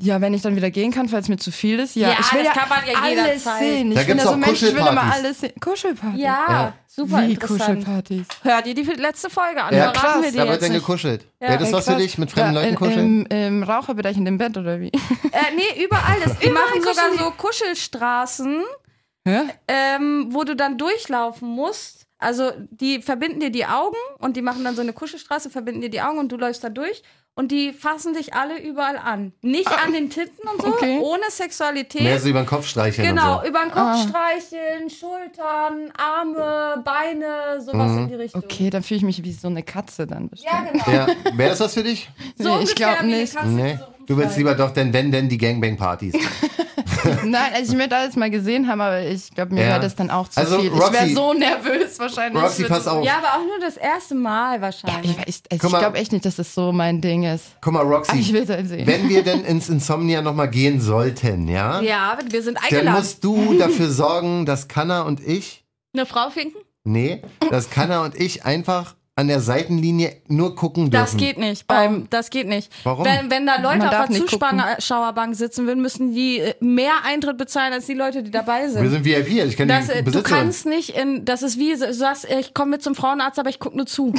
Ja, wenn ich dann wieder gehen kann, falls mir zu viel ist. Ja, Ja, ich will das ja kann man ja alles jederzeit. sehen. Ich Da bin gibt's ja so auch ein Mensch, ich will immer Kuschelpartys. alles sehen. Kuschelpartys? Ja, Ja. super Wie interessant. Kuschelpartys? Hört ihr die letzte Folge an? Ja, verraten krass, wir die da wird jetzt dann nicht. gekuschelt. Ja. Wäre das Ey, was für krass. dich, mit fremden Ja, Leuten in- kuscheln? Im, im Raucherbereich in dem Bett oder wie? Äh, nee, überall. Das, die machen sogar kuscheln die. so Kuschelstraßen, Hä? ähm, wo du dann durchlaufen musst. Also die verbinden dir die Augen und die machen dann so eine Kuschelstraße, verbinden dir die Augen und du läufst da durch. Und die fassen dich alle überall an. Nicht an den Titten und so, okay. ohne Sexualität. Mehr so Ah. über den Kopf streicheln genau, und über den Kopf streicheln, Schultern, Arme, Beine, sowas Mhm. in die Richtung. Okay, dann fühle ich mich wie so eine Katze dann bestimmt. Ja, genau. so. Ja, wäre das was für dich? So Nee, ich ungefähr glaube wie eine nicht. Katze, die Nee. so rumfliegt. Du willst lieber doch, denn wenn, denn die Gangbang-Partys. Nein, also ich möchte alles mal gesehen haben, aber ich glaube, mir Ja. wäre das dann auch zu Also, viel. Roxy- ich wäre so nervös wahrscheinlich. Roxy, Ich würd pass so- auf. Ja, aber auch nur das erste Mal Ja, wahrscheinlich. ich weiß, also Guck ich mal. glaube echt nicht, dass das so mein Ding ist. Guck mal, Aber ich Roxy, will es halt sehen. wenn wir denn ins Insomnia nochmal gehen sollten, ja? ja, genau. wir sind Dann eingeladen. musst du dafür sorgen, dass Kanna und ich Eine Frau finken? Nee, dass Kanna und ich einfach an der Seitenlinie nur gucken dürfen. Das geht nicht. Beim, Das geht nicht. Warum? Wenn, wenn da Leute Man darf auf der nicht gucken. Zuschauerbank sitzen würden, müssen die äh, mehr Eintritt bezahlen als die Leute, die dabei Wir sind. sind VIP, ich kenne Das, die äh, du Besitzerin. kannst nicht in, das ist wie, so- du sagst, äh, ich komme mit zum Frauenarzt, aber ich gucke [LAUGHS] nur zu.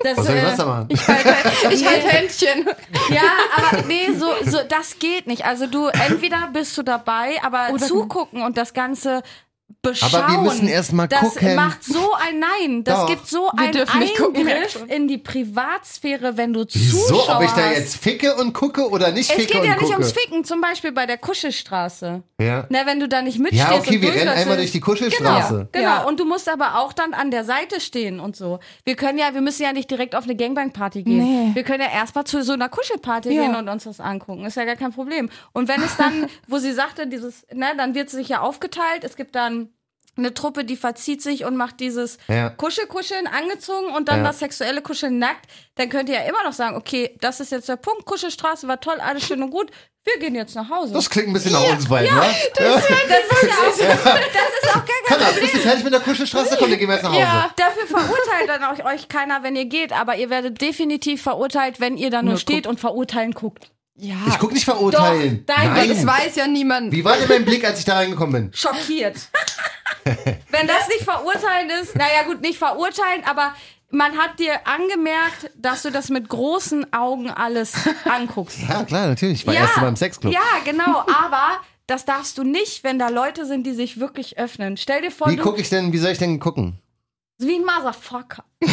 Das, Was soll ich äh, das da machen? Ich halte ich [LAUGHS] halt Händchen. Ja, aber nee, so, so, das geht nicht. Also du, entweder bist du dabei, aber zugucken und das Ganze beschauen. Aber wir müssen erst mal das gucken. macht so ein Nein. Das Doch. gibt so Wir ein dürfen nicht gucken, merkt Eingriff schon. in die Privatsphäre, wenn du Wieso, Zuschauer ob ich da hast. jetzt ficke und gucke oder nicht es ficke geht ja und nicht gucke? ums Ne, Ficken, zum Beispiel bei der Kuschelstraße. Ja. Na, wenn du da nicht mitstehst. Ja, okay, und wir rennen durchläufst, einmal durch die Kuschelstraße. Genau, Ja. und du musst aber auch dann an der Seite stehen und so. Wir können ja, wir müssen ja nicht direkt auf eine Gangbang-Party gehen. Nee. Wir können ja erstmal zu so einer Kuschelparty Ja. gehen und uns das angucken. Ist ja gar kein Problem. Und wenn es dann, wo sie sagte, dieses, ne, dann wird sich ja aufgeteilt. Es gibt dann eine Truppe, die verzieht sich und macht dieses Ja. Kuschelkuscheln angezogen und dann Ja. das sexuelle Kuscheln nackt. Dann könnt ihr ja immer noch sagen, okay, das ist jetzt der Punkt. Kuschelstraße war toll, alles schön und gut. Wir gehen jetzt nach Hause. Das klingt ein bisschen nach uns beiden, ne? Das ist ja auch, das ist auch gar kein Hanna, bist du fertig mit der Kuschelstraße? Komm, dann gehen wir jetzt nach Hause. Dafür verurteilt dann auch euch keiner, wenn ihr geht, aber ihr werdet definitiv verurteilt, wenn ihr da nur, Nur steht und verurteilen guckt. Ja. Ich guck nicht verurteilen. Doch, nein, Das weiß ja niemand. Wie war denn mein Blick, als ich da reingekommen bin? [LAUGHS] Schockiert. wenn das nicht verurteilen ist, naja gut, nicht verurteilen, aber man hat dir angemerkt, dass du das mit großen Augen alles anguckst. Ja, klar, natürlich. Ich war erst mal im Sexclub. Ja, genau, aber das darfst du nicht, wenn da Leute sind, die sich wirklich öffnen. Stell dir vor, Wie du gucke ich denn, wie soll ich denn gucken? wie ein Motherfucker. [LAUGHS] so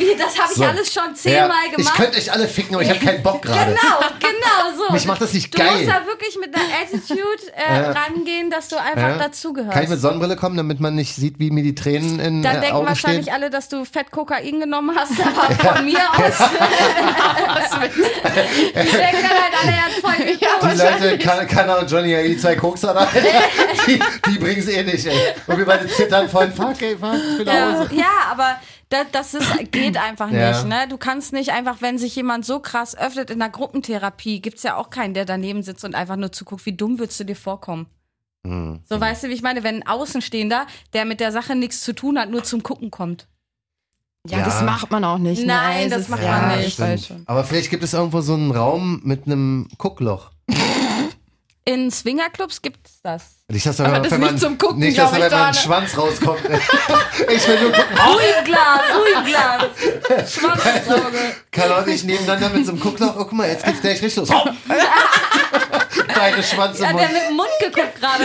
wie, das habe ich So. alles schon zehnmal Ich gemacht. könnte euch alle ficken, aber ich habe keinen Bock gerade. [LAUGHS] Genau, genau so. [LAUGHS] Mich macht das nicht du geil. musst da wirklich mit einer Attitude äh, rangehen, dass du einfach Ja? dazugehörst. Kann ich mit Sonnenbrille kommen, damit man nicht sieht, wie mir die Tränen in dann äh, denken Augen wahrscheinlich stehen? alle, dass du Fett Kokain genommen hast, aber von mir [LAUGHS] aus. [LAUGHS] Die denken dann halt alle, er hat voll gekocht. Die Leute, Kan- Kanna und Johnny, die zwei Kokser da, [LAUGHS] die, die bringen's eh nicht, ey. Und wir beide zittern voll, fuck, ey, fuck, ich bin nach Ja, Hause. ja, aber das, das ist, geht einfach Ja. nicht. Ne? Du kannst nicht einfach, wenn sich jemand so krass öffnet in der Gruppentherapie, gibt's ja auch keinen, der daneben sitzt und einfach nur zuguckt. Wie dumm würdest du dir vorkommen? Hm. So, weißt du, wie ich meine, wenn ein Außenstehender, der mit der Sache nichts zu tun hat, nur zum Gucken kommt. Ja, Ja. das macht man auch nicht. Nein, es das ist- macht ja, man ich nicht. weiß stimmt. schon. Aber vielleicht gibt es irgendwo so einen Raum mit einem Guckloch. In Swingerclubs gibt's das. Nicht, dass da das wenn nicht man, zum Gucken, nicht, dass da glaub ich, wenn man da, ein ne? Schwanz rauskommt. [LAUGHS] ich will nur gucken. Ruhiglas, [LAUGHS] Ruhiglas. Schwanzauge. Kann auch nicht nebeneinander mit so einem Guckloch. Oh, guck mal, jetzt geht's gleich richtig los. [LAUGHS] Deine Schwanz im Hat Mund. der mit dem Mund geguckt gerade?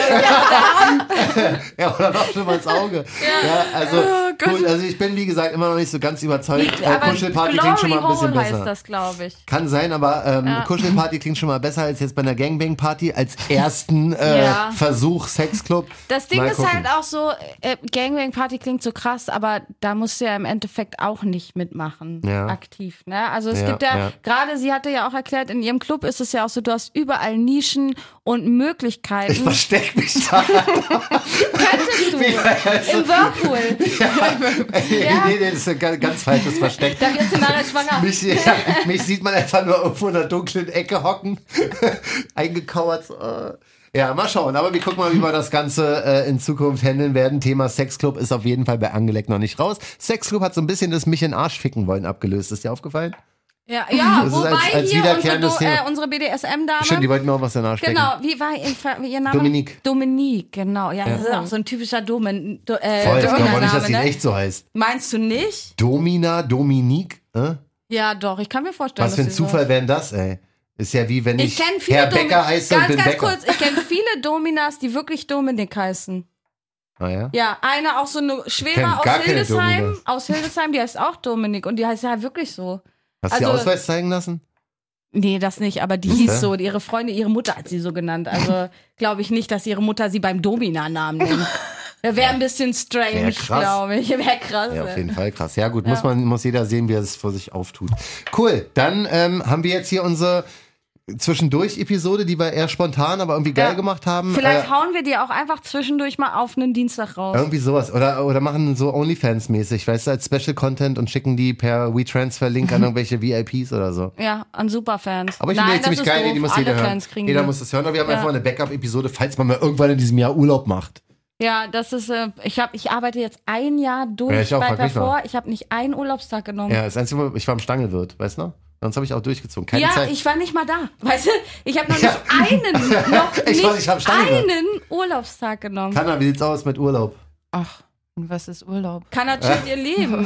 Ja, oder noch schon mal ins Auge. Ja, also, gut, also ich bin, wie gesagt, immer noch nicht so ganz überzeugt. Äh, Oh Aber Kuschelparty Glory klingt schon mal ein bisschen Hole heißt besser. das, glaube ich. Kann sein, aber ähm, Kuschelparty klingt schon mal besser als jetzt bei einer Gangbang-Party als [LAUGHS] ersten äh, Ja. Versuch Sexclub. Das Ding Mal ist gucken. halt auch so, äh, Gangbang Party klingt so krass, aber da musst du ja im Endeffekt auch nicht mitmachen, Ja. aktiv. Ne? Also es Ja, gibt ja, ja. gerade sie hatte ja auch erklärt, in ihrem Club ist es ja auch so, du hast überall Nischen und Ich Möglichkeiten. versteck mich [LAUGHS] da. Könntest du [LAUGHS] also im Whirlpool. nee, nee, das ist ein ga- ganz falsches Versteck. Da wirst du nachher schwanger. Mich, ja, [LAUGHS] mich sieht man einfach nur irgendwo in der dunklen Ecke hocken, [LAUGHS] eingekauert. So. äh. Ja, mal schauen. Aber wir gucken mal, wie wir das Ganze äh, in Zukunft handeln werden. Thema Sexclub ist auf jeden Fall bei Angelegt noch nicht raus. Sexclub hat so ein bisschen das mich in den Arsch ficken wollen abgelöst. Ist dir aufgefallen? Ja, ja Das ist wobei als- als hier unsere, wiederkehrendes Do- äh, Thema. unsere BDSM-Dame. Stimmt, die wollten mir auch was in den Arsch stecken. Genau, wie war ihr, ihr Name? Dominique. Dominique, genau. Ja, das ist auch so ein typischer Domen, do, äh, Voll, ich glaube auch nicht, Domina-Name, dass die ne? echt so heißt. Meinst du nicht? Domina, Dominique? Äh? Ja, doch, ich kann mir vorstellen. Was für ein dass sie so- Zufall wären das, ey? Ist ja wie wenn ich, Ich kenne viele Herr Domi- Becker heiße ganz, und bin ganz Becker. kurz, ich kenne viele Dominas, die wirklich Dominik heißen. Ah, ja? Ja, eine auch so eine kenn Schwere gar aus keine Hildesheim, Dominas. aus Hildesheim, die heißt auch Dominik und die heißt ja wirklich so. Hast du dir Also- Ausweis zeigen lassen? Nee, das nicht, aber die Ja. hieß so, ihre Freunde, ihre Mutter hat sie so genannt. [LAUGHS] Also glaube ich nicht, dass ihre Mutter sie beim Domina-Namen nennt. Wäre ein bisschen Wär strange, krass. glaube ich. Wäre krass. Ja, auf ey. jeden Fall krass. Ja, gut, muss man, muss jeder sehen, wie er es vor sich auftut. Cool, dann ähm, haben wir jetzt hier unsere Zwischendurch-Episode, die wir eher spontan, aber irgendwie geil Ja. gemacht haben. Vielleicht äh, hauen wir dir auch einfach zwischendurch mal auf einen Dienstag raus. irgendwie sowas. Oder, oder machen so OnlyFans-mäßig, weißt du, als Special-Content und schicken die per WeTransfer-Link [LAUGHS] an irgendwelche VIPs oder so. Ja, an Superfans. Aber ich Nein, finde die das ziemlich ist geil, doof. die muss Alle jeder hören. Fans kriegen Jeder die. muss das hören, aber wir haben Ja. einfach mal eine Backup-Episode, falls man mal irgendwann in diesem Jahr Urlaub macht. Ja, das ist, äh, ich, hab, ich arbeite jetzt ein Jahr durch Ja, ich auch, bei frag mich mal. Carrefour. Ich habe nicht einen Urlaubstag genommen. Ja, das Einzige, ich war im Stangelwirt, weißt du noch? Sonst habe ich auch durchgezogen. Keine Ja, Zeit. ich war nicht mal da. [LAUGHS] Weißt du, ich habe noch nicht Ja. [LAUGHS] einen, noch Ich nicht weiß, ich hab Steine. einen Urlaubstag genommen. Kanna, wie sieht's aus mit Urlaub? Ach, und was ist Urlaub? Kann chillt ihr Leben. Immer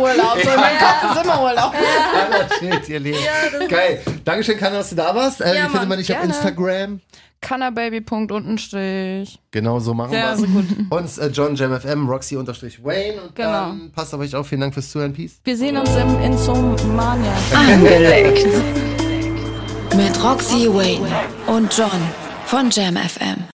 Urlaub, so in meinem Kopf ist immer Urlaub. Kanna chillt ihr [LAUGHS] Leben. Geil. Dankeschön, Kanna, dass du da warst. Äh, Ja, wie findet Mann, man dich auf gerne. Instagram? Kannerbaby.untenstrich. Genau so machen Ja, wir's. so Uns äh, John Jam FM, Roxy unterstrich Wayne. Und Genau. dann passt auf euch auf. Vielen Dank fürs Zuhören. Peace. Wir sehen uns im, in Somania. Angeleckt. Mit Roxy Wayne und John von Jam FM.